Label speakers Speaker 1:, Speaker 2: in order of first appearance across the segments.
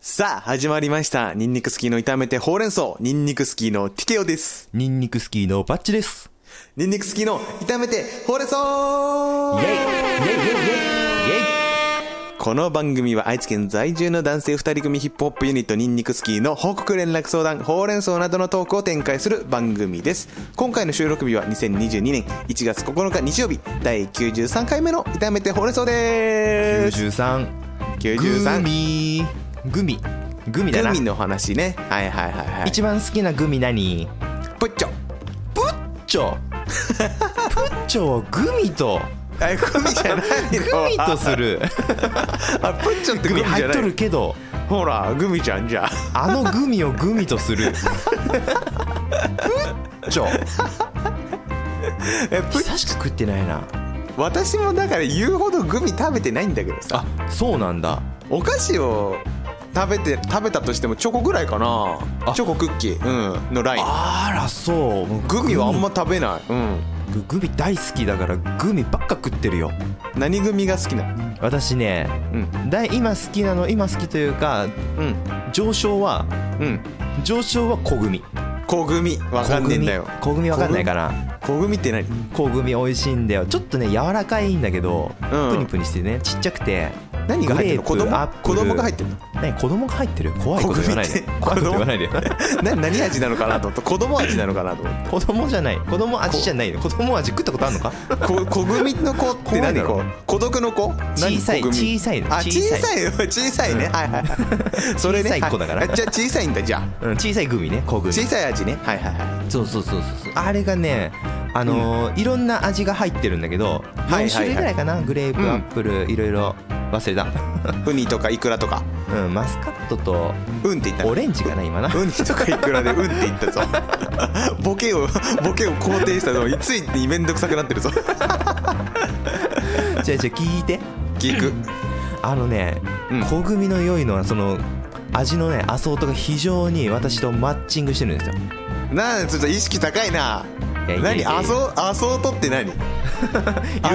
Speaker 1: さあ、始まりました。ニンニクスキーの炒めてほうれん草、ニンニクスキーのティケオです。
Speaker 2: ニンニクスキーのバッチです。
Speaker 1: ニンニクスキーの炒めてほうれん草
Speaker 2: イェイイェイイェイイェイイェイ
Speaker 1: この番組は愛知県在住の男性2人組ヒップホップユニットニンニクスキーの報告連絡相談ほうれん草などのトークを展開する番組です今回の収録日は2022年1月9日日曜日第93回目の炒めてほうれん草です
Speaker 2: 93
Speaker 1: 93
Speaker 2: グミグミグミだな
Speaker 1: グミの話ねはいはいはいはい
Speaker 2: 一番好きなグミ何
Speaker 1: プッチョ
Speaker 2: プッチョプッチョをグミと
Speaker 1: あグミじゃないの
Speaker 2: グミとする
Speaker 1: あプッチョってグ
Speaker 2: グミ
Speaker 1: ミじ
Speaker 2: 入
Speaker 1: ゃ
Speaker 2: っ
Speaker 1: な
Speaker 2: と
Speaker 1: い
Speaker 2: るけど
Speaker 1: ほらグミじゃんじゃあ
Speaker 2: あのグミをグミとするち ょ
Speaker 1: えプ
Speaker 2: 久しく食ってないな
Speaker 1: 私もだから言うほどグミ食べてないんだけどさ
Speaker 2: あそうなんだ
Speaker 1: お菓子を食べて食べたとしてもチョコぐらいかな
Speaker 2: あ
Speaker 1: チョコクッキー、うん、のライン
Speaker 2: あらそうもう
Speaker 1: グミはあんま食べない、うん、
Speaker 2: ググミ大好きだからグミばっか食ってるよ
Speaker 1: 何グミが好きなの
Speaker 2: 私ね
Speaker 1: うん
Speaker 2: だい今好きなの今好きというか
Speaker 1: うん
Speaker 2: 上昇は
Speaker 1: うん
Speaker 2: 上昇は小組
Speaker 1: 小組わかんねえんだよ
Speaker 2: 小組わかんないかな
Speaker 1: 小組って何
Speaker 2: 小組美味しいんだよちょっとね柔らかいんだけど、
Speaker 1: うん
Speaker 2: プニプニしてねちっちゃくて
Speaker 1: 何が入ってるの子
Speaker 2: グレープア
Speaker 1: 供
Speaker 2: ップ
Speaker 1: 子
Speaker 2: ル
Speaker 1: 供が入ってるの
Speaker 2: 何子供が入ってる怖いこと言わないで
Speaker 1: 小
Speaker 2: 怖いこと
Speaker 1: 組
Speaker 2: 言わ
Speaker 1: っ
Speaker 2: な
Speaker 1: て
Speaker 2: いで
Speaker 1: な何味なのかなと思った子供味なのかなと思って
Speaker 2: 子供じゃない子供味じゃないよ子供味食ったことある のか
Speaker 1: こ小組の子って何子
Speaker 2: 怖い
Speaker 1: 孤独の子何
Speaker 2: 小さい
Speaker 1: 小組
Speaker 2: 小さいの
Speaker 1: あ小
Speaker 2: 小さい
Speaker 1: さいよ小さいね、はいはいはいそれね
Speaker 2: 小さい子だから
Speaker 1: はいじゃあ小さいんだじゃあ
Speaker 2: うん小さいグミね小グミ
Speaker 1: 小さい味ねはいはいは
Speaker 2: そうそうそうそうそうあれがねあのーいろんな味が入ってるんだけど
Speaker 1: いはいはい
Speaker 2: 4種類ぐらいかなグレープ
Speaker 1: うん
Speaker 2: アップルいろいろ忘 れた
Speaker 1: いウニとかイクラとか
Speaker 2: うんマスカットと
Speaker 1: うんって言ったの
Speaker 2: オレンジかな今な
Speaker 1: ウニとかイクラでうんって言ったぞボケをボケを肯定したぞついに面倒くさくなってるぞ
Speaker 2: じゃじゃ聞いて
Speaker 1: 聞く
Speaker 2: あのね、
Speaker 1: うん
Speaker 2: 小組の良いのはその味のねアソートが非常に私とマッチングしてるんですよ
Speaker 1: なんちょっと意識高いない
Speaker 2: やいやい
Speaker 1: 何
Speaker 2: やいや
Speaker 1: アソアソートって何
Speaker 2: いろ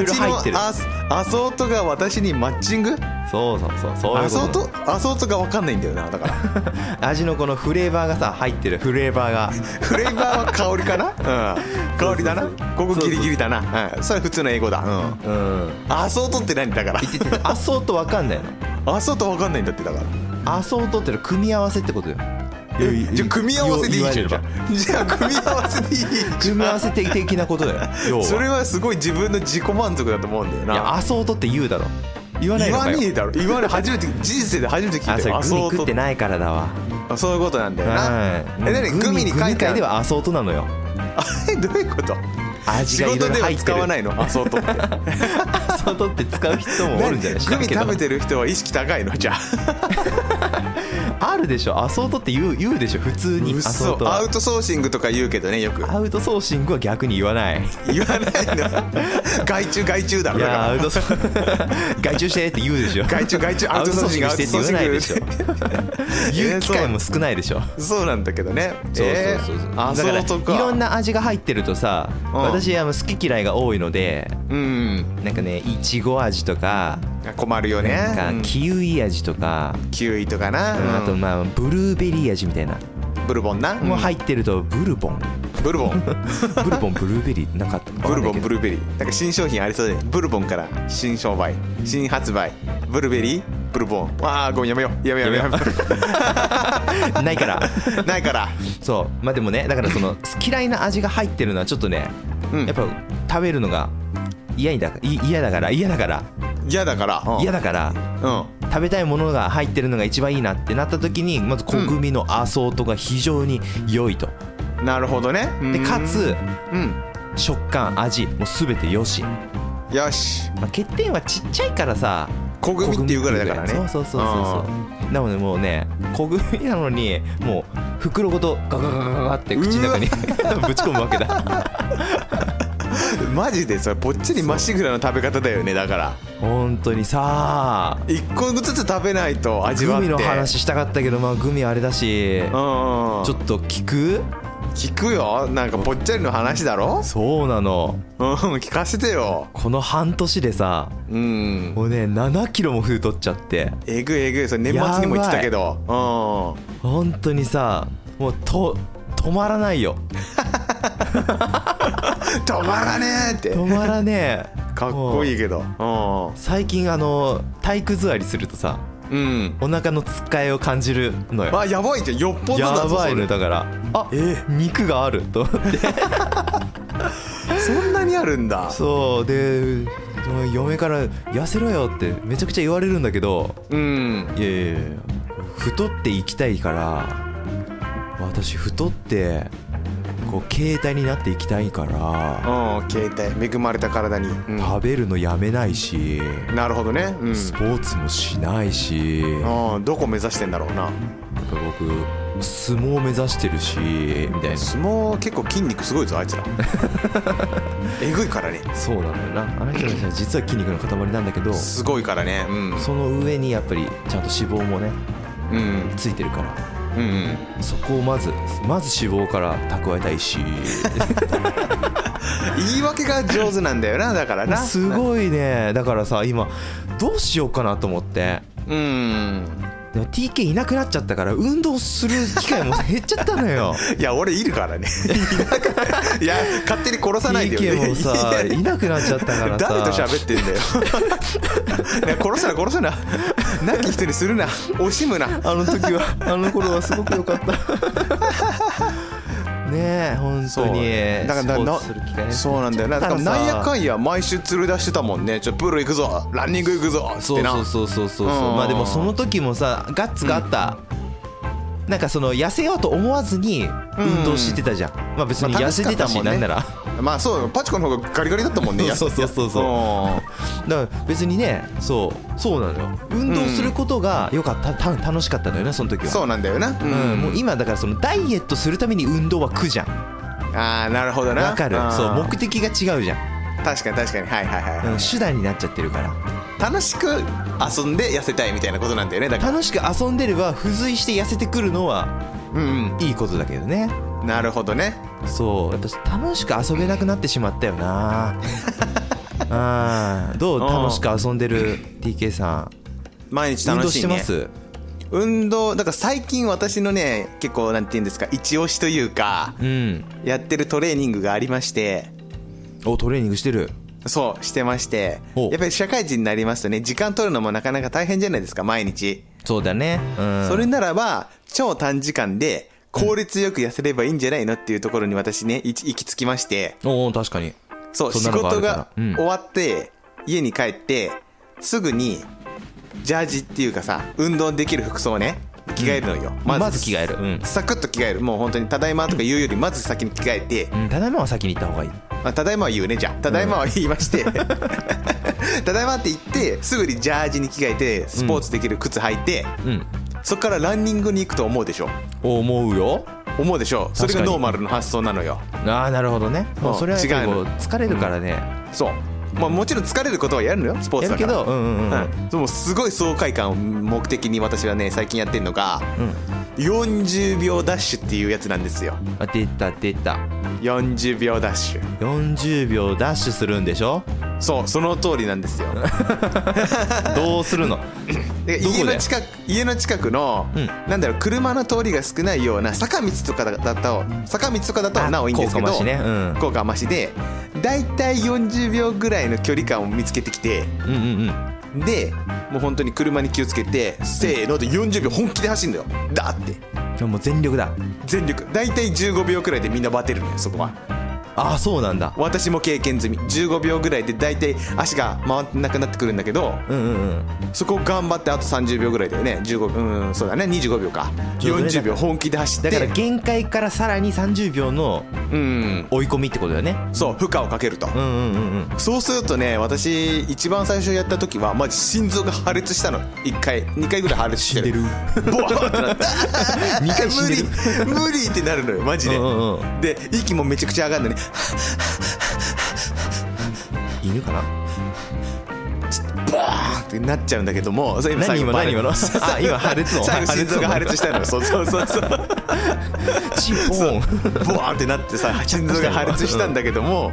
Speaker 2: いろ入ってる
Speaker 1: 味のアスアソートが私にマッチング
Speaker 2: そうそうそうそうい
Speaker 1: ア
Speaker 2: うこ
Speaker 1: ソ
Speaker 2: と
Speaker 1: ートアソートが分かんないんだよなだから
Speaker 2: 味のこのフレーバーがさ入ってるフレーバーが
Speaker 1: フレーバーは香りか な、うん、香りだな
Speaker 2: そうそうそ
Speaker 1: こ
Speaker 2: う
Speaker 1: こギリギリだなうんそれ普通の英語だ、うん、
Speaker 2: うん
Speaker 1: アソートって何だから
Speaker 2: ででアソートわかんないの
Speaker 1: アソート分かんないんだってだから
Speaker 2: アソートってのは組み合わせってことよ
Speaker 1: えじゃあ組み合わせでいいじゃん
Speaker 2: よ
Speaker 1: じ
Speaker 2: 言
Speaker 1: ゃ
Speaker 2: われれば
Speaker 1: あじゃあ組み合わせでいいじ
Speaker 2: 組み合
Speaker 1: ゃ
Speaker 2: わ
Speaker 1: ん
Speaker 2: せ的 なことだよ要は
Speaker 1: それはすごい自分の自己満足だと思うんだよ
Speaker 2: いや
Speaker 1: な
Speaker 2: アソートって言うだろ言わない
Speaker 1: 言わ
Speaker 2: のかよ
Speaker 1: ねえだろ言わない初めて人生で初めて聞
Speaker 2: あ
Speaker 1: いた
Speaker 2: そ
Speaker 1: よ
Speaker 2: れグ
Speaker 1: ア
Speaker 2: ミ
Speaker 1: ソー
Speaker 2: 食
Speaker 1: ト
Speaker 2: ってないからだわ
Speaker 1: あそういうことなんだよな
Speaker 2: は
Speaker 1: え
Speaker 2: い
Speaker 1: 何グミに書いてあ
Speaker 2: グミ界で
Speaker 1: る
Speaker 2: はアソートなのよ
Speaker 1: あれ どういうこと
Speaker 2: 味
Speaker 1: 仕
Speaker 2: がい
Speaker 1: 事
Speaker 2: ろいろ
Speaker 1: では
Speaker 2: 入って
Speaker 1: 使わ
Speaker 2: る
Speaker 1: ないのアソートって
Speaker 2: アソートって使う人もおるんじゃない知
Speaker 1: グ
Speaker 2: らん
Speaker 1: ミ
Speaker 2: けど
Speaker 1: 食べてる人は意識高いのじゃあ
Speaker 2: あるでしょアソートって言う言うでしょ普通にアソー
Speaker 1: 嘘
Speaker 2: トは
Speaker 1: アウトソーシングとか言うけどねよく
Speaker 2: アウトソーシングは逆に言わない
Speaker 1: 言わない の外注外注だろ
Speaker 2: い
Speaker 1: だ
Speaker 2: や
Speaker 1: か
Speaker 2: ーアウトソー 外注してって言うでしょ
Speaker 1: 外注外注
Speaker 2: アウトソーシング
Speaker 1: アウト
Speaker 2: して
Speaker 1: ソ
Speaker 2: って言わない
Speaker 1: ー
Speaker 2: で
Speaker 1: シ
Speaker 2: し
Speaker 1: ン
Speaker 2: ょ
Speaker 1: グ
Speaker 2: 言う機会も少ないでしょ
Speaker 1: らそうなんだけどね
Speaker 2: そう
Speaker 1: え
Speaker 2: そうそうそう、
Speaker 1: ーアソート
Speaker 2: だ
Speaker 1: か
Speaker 2: からいろんな味が入ってるとさ、
Speaker 1: うん
Speaker 2: 私あの好き嫌いが多いので
Speaker 1: うん
Speaker 2: なんかねいちご味とか
Speaker 1: 困るよね
Speaker 2: なん
Speaker 1: う
Speaker 2: か
Speaker 1: ん
Speaker 2: キウイ味とか、
Speaker 1: キウイとか
Speaker 2: うん
Speaker 1: な、
Speaker 2: あとまあブルーベリー味みたいな、
Speaker 1: ブルボンな、
Speaker 2: もう入ってるとブルボン
Speaker 1: ブルボン
Speaker 2: ブルボンブルーベリーなんかあった
Speaker 1: ブルボンブ
Speaker 2: ル
Speaker 1: ルーベリーなんか新商品ありそうでブルボンから新商売新発売ブルーベリーブルボンわあごめんやめようやめようやめよ
Speaker 2: ないから
Speaker 1: う ないから
Speaker 2: そうまあでもねだからその嫌いな味が入ってるのはちょっとね、
Speaker 1: うん
Speaker 2: やっぱ食べるのが嫌いだい嫌だから嫌だから
Speaker 1: 嫌だからうん
Speaker 2: 嫌だから
Speaker 1: うん
Speaker 2: 食べたいものが入ってるのが一番いいなってなった時にまず小組のアソートが非常に良いと、
Speaker 1: なるほどね
Speaker 2: で
Speaker 1: うん
Speaker 2: かつ
Speaker 1: うん
Speaker 2: 食感味もう全て良し、ま
Speaker 1: よし
Speaker 2: あ、欠点はちっちゃいからさ
Speaker 1: 小組っていうぐらいだからね
Speaker 2: そうそうそうそうそうなのでもうね小組なのにもう袋ごとガガガガガガって口の中にぶち込むわ けだ
Speaker 1: うんマジでそれぽっちりまっしぐらの食べ方だよねだから
Speaker 2: 本当にさあ
Speaker 1: 一個ずつ食べないと味
Speaker 2: グ
Speaker 1: わって
Speaker 2: ミの話したかったけどまあグミあれだし
Speaker 1: うん
Speaker 2: ちょっと聞く
Speaker 1: 聞くよなんかぽっちゃりの話だろ
Speaker 2: そうなの
Speaker 1: うん聞かせてよ
Speaker 2: この半年でさ
Speaker 1: うん
Speaker 2: もうね7キロも太っちゃって
Speaker 1: えぐいえぐいそれ年末にも言ってたけどう
Speaker 2: 本当にさもうと止まらないよ
Speaker 1: ん止まらねえって
Speaker 2: 止まらねえ
Speaker 1: かっこい
Speaker 2: もう
Speaker 1: いけど
Speaker 2: 最近あの体育座りするとさ
Speaker 1: うんうん
Speaker 2: お腹のつっかえを感じるのよ
Speaker 1: あやばいじゃんよっぽどだ
Speaker 2: や
Speaker 1: ぞ
Speaker 2: ばい
Speaker 1: それ
Speaker 2: のだからあ
Speaker 1: え
Speaker 2: 肉がある と思って
Speaker 1: そんなにあるんだ
Speaker 2: そうで嫁から「痩せろよ」ってめちゃくちゃ言われるんだけど
Speaker 1: うん
Speaker 2: いやいやいや太っていきたいから私太ってこう携帯になっていきたいから
Speaker 1: うん携帯恵まれた体に、うん
Speaker 2: 食べるのやめないし
Speaker 1: なるほどねうん
Speaker 2: スポーツもしないしなんか
Speaker 1: うんどこ目指してんだろうな
Speaker 2: 僕相撲目指してるしみたいな
Speaker 1: 相撲結構筋肉すごいぞあい つらえぐいからね
Speaker 2: そうなのよなあの人たちは実は筋肉の塊なんだけどそ
Speaker 1: すごいからねうん
Speaker 2: の上にやっぱりちゃんと脂肪もね
Speaker 1: うん
Speaker 2: ついてるから
Speaker 1: うんうん
Speaker 2: そこをまずまず脂肪から蓄えたい し
Speaker 1: 言い訳が上手なんだよなだからな
Speaker 2: す
Speaker 1: い
Speaker 2: ごいねだからさ今どうしようかなと思って
Speaker 1: うん
Speaker 2: でも TK いなくなっちゃったから運動する機会も減っちゃったの よ
Speaker 1: いや俺いるから ねいや勝手に殺さないでよ、ね、
Speaker 2: TK もさいなくなっちゃったから さ
Speaker 1: 誰と喋ってんだよ いや殺すな殺すな亡き人にするな惜しむな
Speaker 2: あの時は あの頃はすごく良かった ねえ本当に
Speaker 1: だから
Speaker 2: スポ
Speaker 1: な
Speaker 2: ーツする機会ね
Speaker 1: そうなんだよなだか
Speaker 2: だからら
Speaker 1: な
Speaker 2: さ
Speaker 1: んやかんや毎週連れ出してたもんねちょプール行くぞランニング行くぞっつっ
Speaker 2: そ
Speaker 1: て
Speaker 2: う
Speaker 1: な
Speaker 2: そうそうそうそうそう
Speaker 1: うん
Speaker 2: まあでもその時もさガッツがあった、なんかその痩せようと思わずに運動してたじゃん、まあ別に
Speaker 1: まあ
Speaker 2: 痩せてた
Speaker 1: 楽し
Speaker 2: し、
Speaker 1: かったもんね
Speaker 2: なんならだか
Speaker 1: まあそうパチコの方がガリガリだったもんね
Speaker 2: そうそうそうそう
Speaker 1: や
Speaker 2: ら別にねそうそうなのよ運動することがよかったた楽しかったのよねその時
Speaker 1: うん
Speaker 2: は
Speaker 1: そうなんだよなう
Speaker 2: うんもう今だからそのダイエットするために運動は苦じゃん
Speaker 1: ああなるほどな
Speaker 2: わかる
Speaker 1: あー
Speaker 2: そう目的が違うじゃん、
Speaker 1: 確かに確かにはいはいはい、
Speaker 2: うん、手段になっちゃってるから
Speaker 1: 楽しく遊んで痩せたいみたいなことなんだよねだから
Speaker 2: 楽しく遊んでれば付随して痩せてくるのは
Speaker 1: うん
Speaker 2: いいことだけどね
Speaker 1: うんなるほどね
Speaker 2: そう私楽しく遊べなくなってしまったよ なあーどう
Speaker 1: あー
Speaker 2: 楽しく遊んでる TK さ
Speaker 1: 毎日
Speaker 2: ん運
Speaker 1: 楽
Speaker 2: 動
Speaker 1: し
Speaker 2: し
Speaker 1: い
Speaker 2: て
Speaker 1: ね
Speaker 2: ます
Speaker 1: 運動だから最近私のね結構なんて言うんですか一押しというか
Speaker 2: うん
Speaker 1: やってるトレーニングがありまして
Speaker 2: おトレーニングしてる
Speaker 1: そうしてまして
Speaker 2: お
Speaker 1: やっぱり社会人になりますとね時間取るのもなかなか大変じゃないですか毎日、
Speaker 2: そうだねうん
Speaker 1: それならば超短時間で効率よく痩せればいいんじゃないのっていうところに私ねい行き着きまして
Speaker 2: おー確かに
Speaker 1: そう
Speaker 2: そん
Speaker 1: 仕
Speaker 2: なのがあ
Speaker 1: 事
Speaker 2: るから
Speaker 1: が
Speaker 2: うん
Speaker 1: 終わって、家に帰ってすぐにジャージっていうかさ運動できる服装をね着替えるのよ、
Speaker 2: まず着替えるうん
Speaker 1: サクッと着替えるもう本当に「ただいま」とか言うよりまず先に着替えて、
Speaker 2: うんただいまは先に行った方がいい
Speaker 1: まあ、ただいまは言うねじゃあただいまは言いまして、 ただいまって言ってすぐにジャージに着替えてスポーツできる靴履いて、
Speaker 2: うん
Speaker 1: そっからランニングに行くと思うでしょ
Speaker 2: 思うよ
Speaker 1: 思うでしょそれが
Speaker 2: 確か
Speaker 1: ノ
Speaker 2: に
Speaker 1: ーマルの発想なのよ
Speaker 2: ああなるほどねもう
Speaker 1: うん
Speaker 2: それはやっぱりこ
Speaker 1: 違う
Speaker 2: う
Speaker 1: の
Speaker 2: 疲れるからね
Speaker 1: そう、まあ、もちろん疲れることはやるのよスポーツだ
Speaker 2: やる
Speaker 1: か
Speaker 2: け
Speaker 1: ら
Speaker 2: どうんうんうん
Speaker 1: うん、でもすごい爽快感を目的に私はね最近やってるのが
Speaker 2: うん
Speaker 1: 40秒ダッシュっていうやつなんですよ
Speaker 2: あ出た出た
Speaker 1: 40秒ダッシュ
Speaker 2: 40秒ダッシュするんでし ょ
Speaker 1: そうその通りなん ですよ
Speaker 2: どうするの
Speaker 1: で
Speaker 2: ど
Speaker 1: 家
Speaker 2: こで
Speaker 1: の近く家の近くの、
Speaker 2: うん
Speaker 1: なんだろう車の通りが少ないような坂道とかだと坂道とかだと
Speaker 2: あ
Speaker 1: なおいいんですけど
Speaker 2: 高架橋ねうん
Speaker 1: 高架橋でだいたい40秒ぐらいの距離感を見つけてきて
Speaker 2: うんうんうん
Speaker 1: でもう本当に車に気をつけてせーので40秒本気で走るのよだって
Speaker 2: でももう全力だ
Speaker 1: 全力大体15秒くらいでみんなバテるのよそこは
Speaker 2: ああそうなんだ
Speaker 1: 私も経験済み15秒ぐらいで大体足が回ってなくなってくるんだけど
Speaker 2: うんうんうん
Speaker 1: そこを頑張ってあと30秒ぐらいだよね15うんそうだね25秒か
Speaker 2: そうだね
Speaker 1: 40秒本気で走って
Speaker 2: だから限界からさらに30秒の
Speaker 1: うん
Speaker 2: 追い込みってことだよね
Speaker 1: そう負荷をかけると、
Speaker 2: うんうんうんうん
Speaker 1: そうするとね私一番最初やった時はマジ心臓が破裂したの1回2回ぐらい破裂してるボワーって なって
Speaker 2: 2回死んでる
Speaker 1: 無理無理ってなるのよマジで、
Speaker 2: うんうんうん
Speaker 1: で息もめちゃくち ゃ上がるのに
Speaker 2: 犬かな
Speaker 1: ちょっとバーンってなっちゃうんだけども それ
Speaker 2: 何今
Speaker 1: バレ
Speaker 2: 何今の
Speaker 1: 最後
Speaker 2: あ今破裂音
Speaker 1: 最後
Speaker 2: 破裂
Speaker 1: 心
Speaker 2: 音
Speaker 1: 臓が破裂したのそうそうそう そう
Speaker 2: チンポ
Speaker 1: そう
Speaker 2: ーン
Speaker 1: ボワーンってなってさ心臓が破裂したんだけども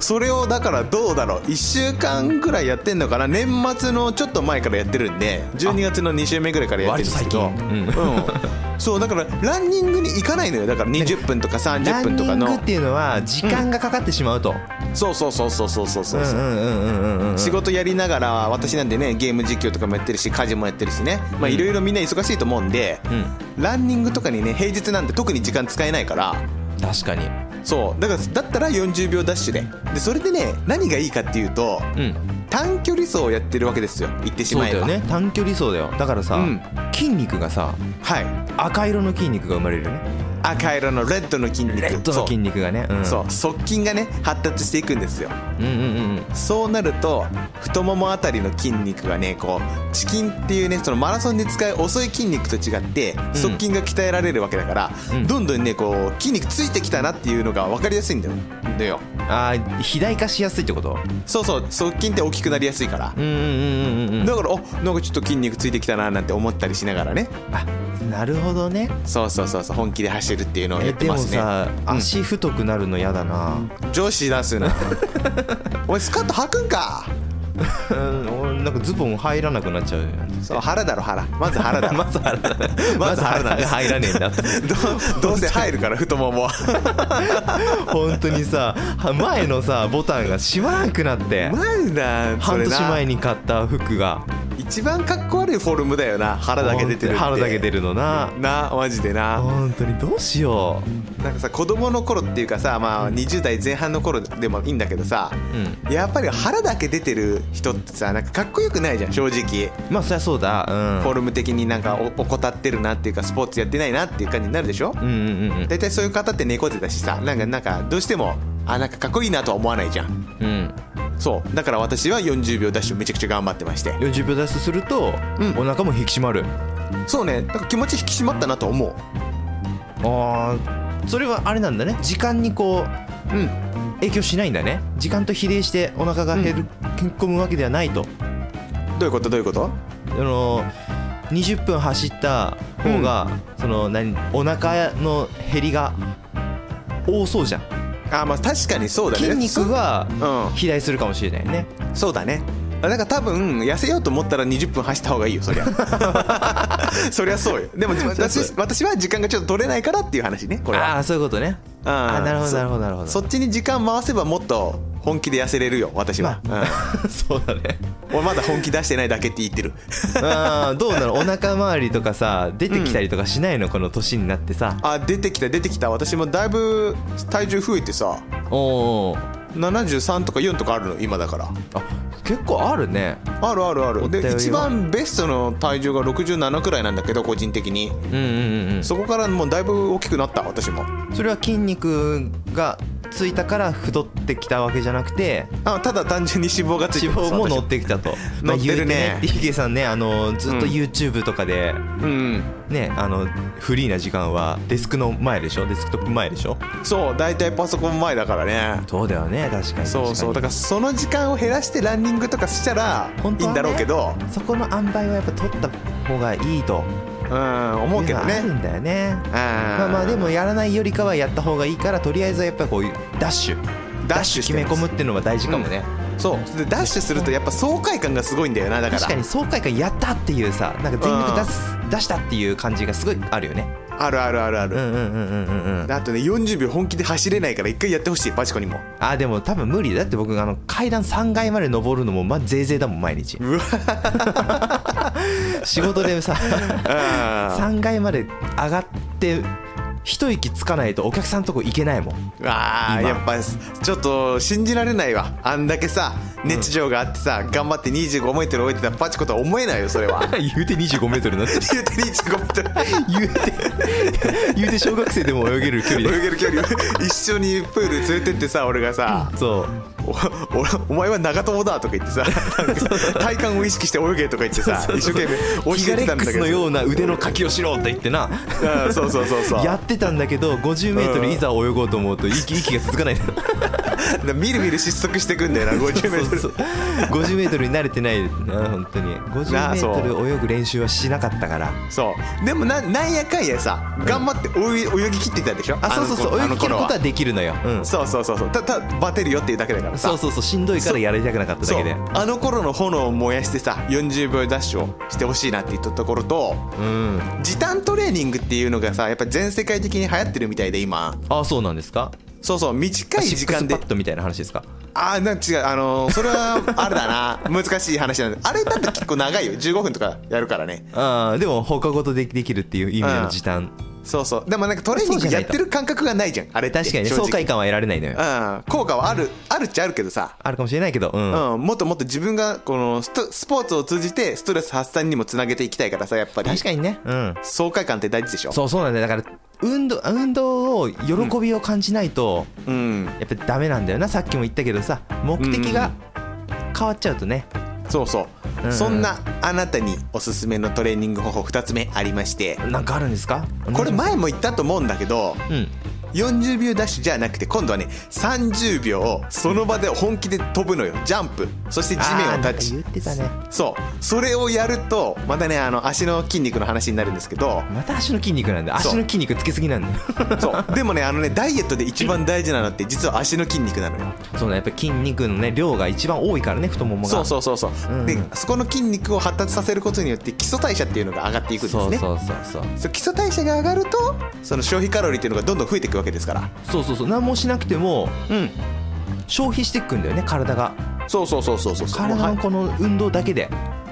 Speaker 1: それをだからどうだろう1週間ぐらいやってんのかな年末のちょっと前からやってるんで12月の2週目ぐらいからやってるんですけど、
Speaker 2: 割と最近
Speaker 1: うんそうだからランニングに行かないのよだから20分とか
Speaker 2: ラ
Speaker 1: 30
Speaker 2: ン
Speaker 1: 分と
Speaker 2: ニ
Speaker 1: か
Speaker 2: ング
Speaker 1: の
Speaker 2: っていうのは時間がかかってしまうと
Speaker 1: そうそうそうそうそうそうそううん
Speaker 2: うんうんうんうんうん
Speaker 1: 仕事やりながら私なんでねゲーム実況とかもやってるし家事もやってるしねまあいろいろみんな忙しいと思うんで、ランニングとかにね平日なんて特に時間使えないから
Speaker 2: 確かに
Speaker 1: そうだからだったら40秒ダッシュででそれでね何がいいかっていうと、
Speaker 2: うん
Speaker 1: 短距離走をやってるわけですよ言ってし
Speaker 2: そう
Speaker 1: ま
Speaker 2: だ
Speaker 1: えば
Speaker 2: よね短距離走だよだからさ
Speaker 1: うん
Speaker 2: 筋肉がさ
Speaker 1: はい
Speaker 2: 赤色の筋肉が生まれるよね
Speaker 1: 赤色のレッドの筋肉
Speaker 2: レッドの筋肉がねうん
Speaker 1: そうそう側筋がね発達していくんですよ
Speaker 2: うんうんうんうん
Speaker 1: そうなると太ももあたりの筋肉がねこうチキンっていうねそのマラソンで使う遅い筋肉と違って側筋が鍛えられるわけだから、
Speaker 2: うん
Speaker 1: どんどんねこう筋肉ついてきたなっていうのが分かりやすいんだよだよ
Speaker 2: ああ肥大化しやすいってこと
Speaker 1: そうそう側筋って大きくなりやすいから、
Speaker 2: うんうんうんうんうん
Speaker 1: だからおなんかちょっと筋肉ついてきたななんて思ったりしながらね
Speaker 2: あなるほどね
Speaker 1: そうそうそうそう本気で走るっていうのをや
Speaker 2: え
Speaker 1: って
Speaker 2: で
Speaker 1: ま
Speaker 2: も
Speaker 1: すね
Speaker 2: さ
Speaker 1: うん
Speaker 2: 足太くなるの嫌だな
Speaker 1: 女子出すな お前スカート履くんか
Speaker 2: うん 俺なんかズボン入らなくなっちゃうよ
Speaker 1: そう腹だろ腹まず腹だろ
Speaker 2: まず腹だ
Speaker 1: まず腹だ
Speaker 2: が入らねえん だ
Speaker 1: どどうせ入るから太ももは
Speaker 2: 本当にさ前のさボタンが閉まらなく なって
Speaker 1: なんだそ
Speaker 2: 半
Speaker 1: れな
Speaker 2: 年前に買った服が
Speaker 1: 一番かっこ悪いフォルムだよな腹だけ出てるって
Speaker 2: 腹だけ出るのな
Speaker 1: なマジでな
Speaker 2: 本当にどうしよ
Speaker 1: なんかさ子供の頃っていうかさまあ20代前半の頃でもいいんだけどさ、
Speaker 2: う
Speaker 1: やっぱり腹だけ出てる人ってさなんかかっこよくないじゃん正直
Speaker 2: うまあそりゃそうだうん
Speaker 1: フォルム的になんかお怠ってるなっていうかスポーツやってないなっていう感じになるでしょ、
Speaker 2: うんうんうんうん
Speaker 1: 大体そういう方って猫背だしさなんかなんかどうしてもあなんかかっこいいなとは思わないじゃん
Speaker 2: うん
Speaker 1: そうだから私は40秒ダッシュめちゃくちゃ頑張ってまして
Speaker 2: 40秒出すすると
Speaker 1: うん
Speaker 2: お腹も引き締まる
Speaker 1: そうねなんか気持ち引き締まったなと思う
Speaker 2: あーそれはあれなんだね時間にこう
Speaker 1: うん
Speaker 2: 影響しないんだね時間と比例してお腹が減る、へこむわけではないと
Speaker 1: どういうことどういうこと
Speaker 2: あの20分走った方が、その何お腹の減りが多そうじゃん
Speaker 1: あーまあ確かにそうだね
Speaker 2: 筋
Speaker 1: そ
Speaker 2: 肉が
Speaker 1: うん
Speaker 2: 肥大するかもしれないね
Speaker 1: そうだねだから多分痩せようと思ったら20分走った方がいいよそり ゃそりゃそうよでも私私は時間がちょっと取れないからっていう話ねこれは
Speaker 2: ああそういうことね
Speaker 1: うん
Speaker 2: あなるほど
Speaker 1: そ
Speaker 2: なるほどなるほど
Speaker 1: そっちに時間回せばもっと本気で痩せれるよ私は、
Speaker 2: そうだね
Speaker 1: うん、俺まだ本気出してないだけって言ってる
Speaker 2: あーどうなのお腹周りとかさ出てきたりとかしないの、この年になってさ
Speaker 1: あ出てきた出てきた私もだいぶ体重増えてさ
Speaker 2: おお
Speaker 1: 73とか4とかあるの今だから
Speaker 2: あ結構あるね
Speaker 1: あるあるある
Speaker 2: お便
Speaker 1: で
Speaker 2: りは
Speaker 1: 一番ベストの体重が67くらいなんだけど個人的に
Speaker 2: うんうんうん
Speaker 1: そこからもうだいぶ大きくなった私も
Speaker 2: それは筋肉がついたから太ってきたわけじゃなくて
Speaker 1: あただ単純に脂肪がついて
Speaker 2: 脂
Speaker 1: ます
Speaker 2: 肪も
Speaker 1: 私
Speaker 2: 乗ってきたと
Speaker 1: 乗ってるね
Speaker 2: まあ言うてヒゲさんねあのずっと
Speaker 1: うん
Speaker 2: YouTube とかで、
Speaker 1: うん
Speaker 2: ねあのフリーな時間はデスクの前でしょデスクトップ前でしょ
Speaker 1: そう大体パソコン前だからね
Speaker 2: そうだよね確かに
Speaker 1: そうそうだか
Speaker 2: 確
Speaker 1: らその時間を減らしてランニングとかしたら
Speaker 2: 本
Speaker 1: い
Speaker 2: 当
Speaker 1: い
Speaker 2: は
Speaker 1: ん
Speaker 2: ね
Speaker 1: だろうけど、
Speaker 2: にそこの塩梅はやっぱ取った方がいいと
Speaker 1: うん思うけど
Speaker 2: い
Speaker 1: ね
Speaker 2: うのはあるんだよね
Speaker 1: ま
Speaker 2: まあまあでもやらないよりかはやった方がいいからとりあえずはやっぱりこういうダッシュ
Speaker 1: ダッシュし
Speaker 2: 決
Speaker 1: てま
Speaker 2: め
Speaker 1: す
Speaker 2: 込むっていうのは大事かもね、
Speaker 1: そうでダッシュするとやっぱ爽快感がすごいんだよなだから
Speaker 2: 確かに爽快感やったっていうさなんか全力出す、出したっていう感じがすごいあるよね
Speaker 1: あるあるあるある、
Speaker 2: んうんうんうんうんうん
Speaker 1: あとね40秒本気で走れないから一回やってほしいバチコにも
Speaker 2: あでも多分無理だだって僕あの階段3階まで登るのもまあぜいぜいだもん毎日
Speaker 1: うわ
Speaker 2: 仕事でさ
Speaker 1: あ
Speaker 2: 3階まで上がって一息つかないとお客さんのとこ行けないもん
Speaker 1: ーあー
Speaker 2: 今
Speaker 1: やっぱちょっと信じられないわあんだけさ熱情があってさ、頑張って25メートル置いてたバチコとは思えないよそれは
Speaker 2: 言うて2 5メートルなんて
Speaker 1: 言うて25メートル
Speaker 2: 言うて 言うて小学生でも泳げる距離
Speaker 1: 泳げる距離一緒にプール連れてってさ俺がさ
Speaker 2: そう
Speaker 1: おおお前は長友だとか言ってさなんか体幹を意識して泳げとか言ってさ
Speaker 2: そう
Speaker 1: 一生懸命
Speaker 2: ギ
Speaker 1: 教
Speaker 2: ガ
Speaker 1: え
Speaker 2: レ
Speaker 1: てた
Speaker 2: ッ
Speaker 1: ん
Speaker 2: ク
Speaker 1: だ
Speaker 2: ス
Speaker 1: け
Speaker 2: の
Speaker 1: ど
Speaker 2: ような腕のかきをしろって言ってな
Speaker 1: うんそうそうそうそう
Speaker 2: やってたんだけど 50m いざ泳ごうと思うと息息が続 かない
Speaker 1: だからみるみる失速してくんだよな 50m
Speaker 2: 50m に慣れてないですね本当に
Speaker 1: なあそう
Speaker 2: 50m 泳ぐ練習はしなかったから
Speaker 1: そうでもななんやかんやさ頑張って泳ぎ泳ぎ切ってたでしょ
Speaker 2: あそうそうそう
Speaker 1: あ
Speaker 2: 泳
Speaker 1: の
Speaker 2: ぎ切る
Speaker 1: 頃
Speaker 2: ことはできるのよ、うん、
Speaker 1: そうそうそうそうたたバテるよっていうだけだからさ
Speaker 2: そうそうそうしんどいからやりたくなかっただ
Speaker 1: そう
Speaker 2: けで
Speaker 1: あの頃の炎を燃やしてさ40秒ダッシュをしてほしいなって言ったところと
Speaker 2: うん
Speaker 1: 時短トレーニングっていうのがさやっぱ全世界的に流行ってるみたいで今
Speaker 2: あそうなんですか
Speaker 1: そうそう短い時間
Speaker 2: シックスパ
Speaker 1: で
Speaker 2: ッドみたいな話ですか
Speaker 1: ああなんか違うあのーそれはあれだな 難しい話なんだあれだって結構長いよ15分とかやるからね
Speaker 2: ああでも放課後とでできるっていう意味での時短
Speaker 1: そうそうでもなんかトレーニングやってる感覚がないじゃんあれって
Speaker 2: 確かにね
Speaker 1: 正直
Speaker 2: 爽快感は得られないのよ
Speaker 1: うん効果はあるあるっちゃあるけどさ
Speaker 2: あるかもしれないけどうん
Speaker 1: うん、もっともっと自分がこのストスポーツを通じてストレス発散にもつなげていきたいからさやっぱり
Speaker 2: 確かにねうん
Speaker 1: 爽快感って大事でしょ
Speaker 2: そうそうなんだよだから運動運動を喜びを感じないと、
Speaker 1: うん、
Speaker 2: やっぱりダメなんだよなさっきも言ったけどさ目的が変わっちゃうとね、
Speaker 1: そうそう、
Speaker 2: うん
Speaker 1: そんなあなたにおすすめのトレーニング方法2つ目ありまして
Speaker 2: なんかあるんですか
Speaker 1: これ前も言ったと思うんだけど
Speaker 2: うん
Speaker 1: 40秒ダッシュじゃなくて今度はね30秒をその場で本気で飛ぶのよジャンプそして地面をタッ
Speaker 2: あーなん
Speaker 1: チ
Speaker 2: か言ってたね
Speaker 1: そうそれをやるとまたねあの足の筋肉の話になるんですけど
Speaker 2: また足の筋肉なんだ
Speaker 1: そう
Speaker 2: 足の筋肉つけすぎなんだよ
Speaker 1: そうでもねあのねダイエットで一番大事なのって実は足の筋肉なのよ
Speaker 2: そうだやっぱり筋肉のね量が一番多いからね太ももが
Speaker 1: そうそうそうそう、
Speaker 2: うんうん
Speaker 1: でそこの筋肉を発達させることによって基礎代謝っていうのが上がっていくんですね
Speaker 2: そうそうそうそう
Speaker 1: そう基礎代謝が上がるとその消費カロリーっていうのがどんどん増えていくわけですから
Speaker 2: そうそうそう何もしなくても
Speaker 1: うん
Speaker 2: 消費していくんだよね体が
Speaker 1: そうそうそうそうそうそう
Speaker 2: 体のこの運動だけで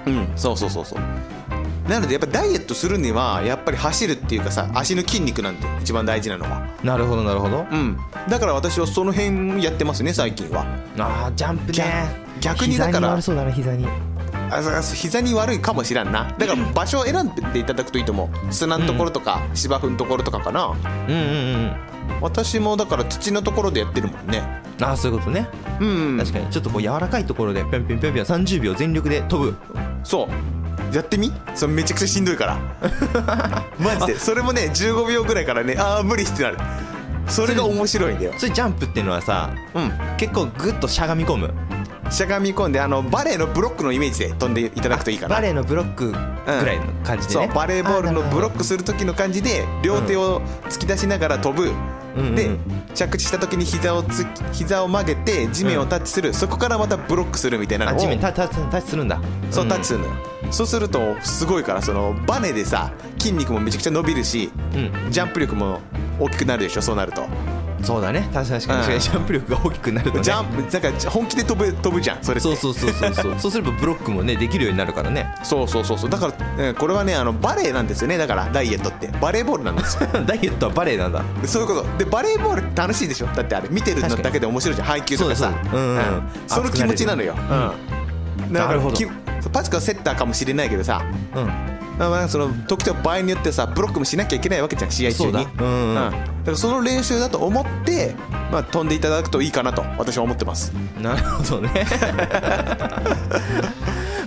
Speaker 1: うんそうそうそうそうなのでやっぱダイエットするにはやっぱり走るっていうかさ足の筋肉なんて一番大事なのは
Speaker 2: なるほどなるほど
Speaker 1: うんだから私はその辺やってますね最近は
Speaker 2: あージャンプ
Speaker 1: ぎゃ
Speaker 2: ね
Speaker 1: 逆にだから
Speaker 2: 膝に悪そうだな膝に
Speaker 1: あそうそう膝に悪いかもしらんなだから場所を選んでいただくといいと思う砂のところとか芝生のところとかかな
Speaker 2: うんうんうん
Speaker 1: 私もだから土のところでやってるもんね
Speaker 2: ああそういうことね
Speaker 1: うん
Speaker 2: 確かにちょっとこう柔らかいところでぴょんぴょんぴょんぴょん30秒全力で飛ぶ
Speaker 1: そうやってみそれめちゃくちゃしんどいからマジでそれもね15秒ぐらいからねああ無理ってなるそれが面白いんだよ
Speaker 2: それジャンプっていうのはさ
Speaker 1: うん
Speaker 2: 結構グッとしゃがみ込む
Speaker 1: しゃがみ込んであのバレーのブロックのイメージで飛んでいただくといいかな
Speaker 2: バレーのブロックぐらいの感じで
Speaker 1: そ
Speaker 2: ね、
Speaker 1: うバレーボールのブロ
Speaker 2: ッ
Speaker 1: ックする時の感じで両手を突き出しながら飛ぶ、
Speaker 2: うんうん
Speaker 1: で着地した時に膝をつき膝を曲げて地面をタッチする、そこからまたブロックするみたいなの
Speaker 2: あ
Speaker 1: を
Speaker 2: 地面タタタタッチするんだ
Speaker 1: そうタッチ
Speaker 2: チ
Speaker 1: するのよ、そうするとすごいからそのバネでさ筋肉もめちゃくちゃ伸びるし、
Speaker 2: う
Speaker 1: ジャンプ力も大きくなるでしょそうなると、
Speaker 2: そうだね確かに確かに、
Speaker 1: うん
Speaker 2: ジャンプ力が大きくなるとね
Speaker 1: ジャンプなんか本気で飛ぶ飛ぶじゃんそれって
Speaker 2: そうそうそうそうそうそうすればブロックもねできるようになるからね
Speaker 1: そうそうそうそうだから、えーこれはねあのバレーなんですよねだからダイエットってバレーボールなんですよ
Speaker 2: ダイエットはバレーなんだ
Speaker 1: そういうことでバレーボール楽しいでしょだってあれ見てるのだけで面白いじゃん配球とかさ
Speaker 2: そうだそうだうんうん
Speaker 1: その気持ちなのよ、
Speaker 2: 熱くな
Speaker 1: だから
Speaker 2: なるほど
Speaker 1: きパチコはセッターかもしれないけどさ
Speaker 2: うん
Speaker 1: まあまあその時と場合によってさブロックもしなきゃいけないわけじゃん試合中
Speaker 2: そう
Speaker 1: に
Speaker 2: だうんうん
Speaker 1: だからその練習だと思って、まあ、飛んでいただくといいかなと私は思ってます
Speaker 2: なるほどね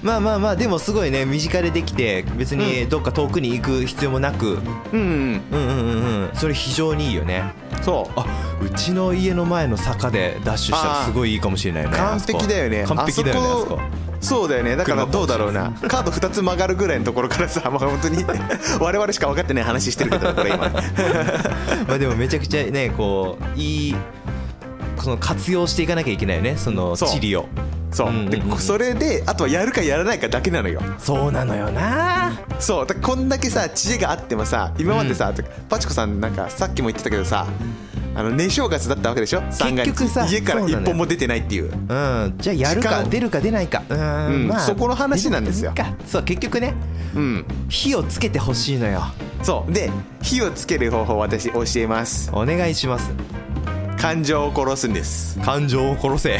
Speaker 2: まあまあまあでもすごいね身近でできて別にどっか遠くに行く必要もなく、
Speaker 1: うん、うん、
Speaker 2: うんうんうんうんそれ非常にいいよね
Speaker 1: そう
Speaker 2: あうちの家の前の坂でダッシュした
Speaker 1: あ
Speaker 2: ら
Speaker 1: ー
Speaker 2: すごいいいかもしれないよね
Speaker 1: 完璧だよね
Speaker 2: あそこ完璧だよねあそこ
Speaker 1: そうだよねだから
Speaker 2: 車
Speaker 1: どうだろうなカード2つ曲がるぐらいのところからさ、まあ、本当に 我々しか分かってない話してるけどこれ今
Speaker 2: まあでもめちゃくちゃねこういいその活用していかなきゃいけないよねその
Speaker 1: そう
Speaker 2: 地理を
Speaker 1: そう,、
Speaker 2: うんうんうん
Speaker 1: でそれであとはやるかやらないかだけなのよ
Speaker 2: そうなのよな
Speaker 1: そうだからこんだけさ知恵があってもさ今までさ、パチコさんなんかさっきも言ってたけどさあの寝正月だったわけでしょ三が日
Speaker 2: 結局さ
Speaker 1: 家から
Speaker 2: そう
Speaker 1: 一
Speaker 2: なのよ
Speaker 1: 歩も出てないっていう
Speaker 2: うんじゃあやる
Speaker 1: 時間
Speaker 2: か
Speaker 1: を
Speaker 2: 出るか出ないかうーん、
Speaker 1: うん
Speaker 2: まあ
Speaker 1: そこの話なんですよ
Speaker 2: 出なくてもいいかそう結局ね
Speaker 1: うん
Speaker 2: 火をつけてほしいのよ
Speaker 1: そうで火をつける方法私教えます
Speaker 2: お願いします
Speaker 1: 感情を殺すんです
Speaker 2: 感情を殺 せ